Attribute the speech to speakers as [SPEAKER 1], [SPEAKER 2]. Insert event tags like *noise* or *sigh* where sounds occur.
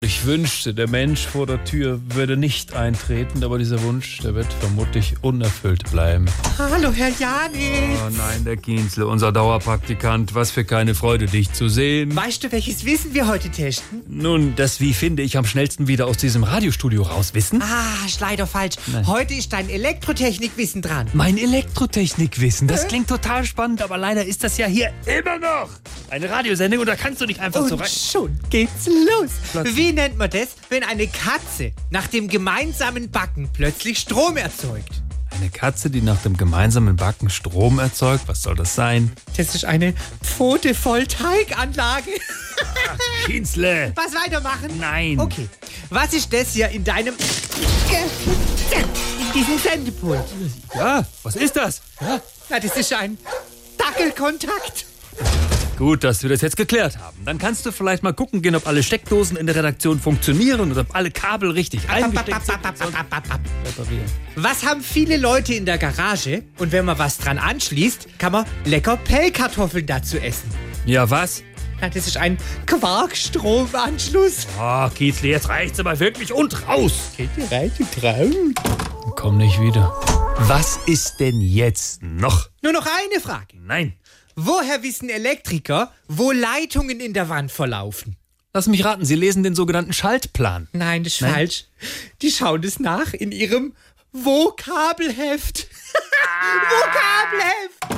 [SPEAKER 1] Ich wünschte, der Mensch vor der Tür würde nicht eintreten, aber dieser Wunsch, der wird vermutlich unerfüllt bleiben.
[SPEAKER 2] Hallo, Herr Janitz.
[SPEAKER 1] Oh nein, der Kienzle, unser Dauerpraktikant, was für keine Freude, dich zu sehen.
[SPEAKER 2] Weißt du, welches Wissen wir heute testen?
[SPEAKER 1] Nun, das wie finde ich am schnellsten wieder aus diesem Radiostudio raus, wissen?
[SPEAKER 2] Ah, ist leider falsch. Heute ist dein Elektrotechnikwissen dran.
[SPEAKER 1] Mein Elektrotechnikwissen, das klingt total spannend, aber leider ist das ja hier immer noch eine Radiosendung und da kannst du nicht einfach so
[SPEAKER 2] Und
[SPEAKER 1] rein.
[SPEAKER 2] schon geht's los.
[SPEAKER 1] Plötzlich.
[SPEAKER 2] Wie nennt man das, wenn eine Katze nach dem gemeinsamen Backen plötzlich Strom erzeugt?
[SPEAKER 1] Eine Katze, die nach dem gemeinsamen Backen Strom erzeugt, was soll das sein?
[SPEAKER 2] Das ist eine Photovoltaikanlage.
[SPEAKER 1] Kienzle!
[SPEAKER 2] Was weitermachen?
[SPEAKER 1] Nein.
[SPEAKER 2] Okay. Was ist das hier in deinem... in diesem Sendepult?
[SPEAKER 1] Ja, was ist das? Ja,
[SPEAKER 2] Na, das ist ein Dackelkontakt.
[SPEAKER 1] Gut, dass wir das jetzt geklärt haben. Dann kannst du vielleicht mal gucken gehen, ob alle Steckdosen in der Redaktion funktionieren und ob alle Kabel richtig eingesteckt sind.
[SPEAKER 2] Was haben viele Leute in der Garage? Und wenn man was dran anschließt, kann man lecker Pellkartoffeln dazu essen.
[SPEAKER 1] Ja, was?
[SPEAKER 2] Na, das ist ein Quarkstromanschluss.
[SPEAKER 1] Oh, Kiezli, jetzt reicht's aber wirklich und raus.
[SPEAKER 2] Traum.
[SPEAKER 1] Komm nicht wieder. Was ist denn jetzt noch?
[SPEAKER 2] Nur noch eine Frage.
[SPEAKER 1] Nein.
[SPEAKER 2] Woher wissen Elektriker, wo Leitungen in der Wand verlaufen?
[SPEAKER 1] Lass mich raten, Sie lesen den sogenannten Schaltplan.
[SPEAKER 2] Nein, das ist falsch. Die schauen es nach in ihrem *laughs* Vokabelheft. Vokabelheft.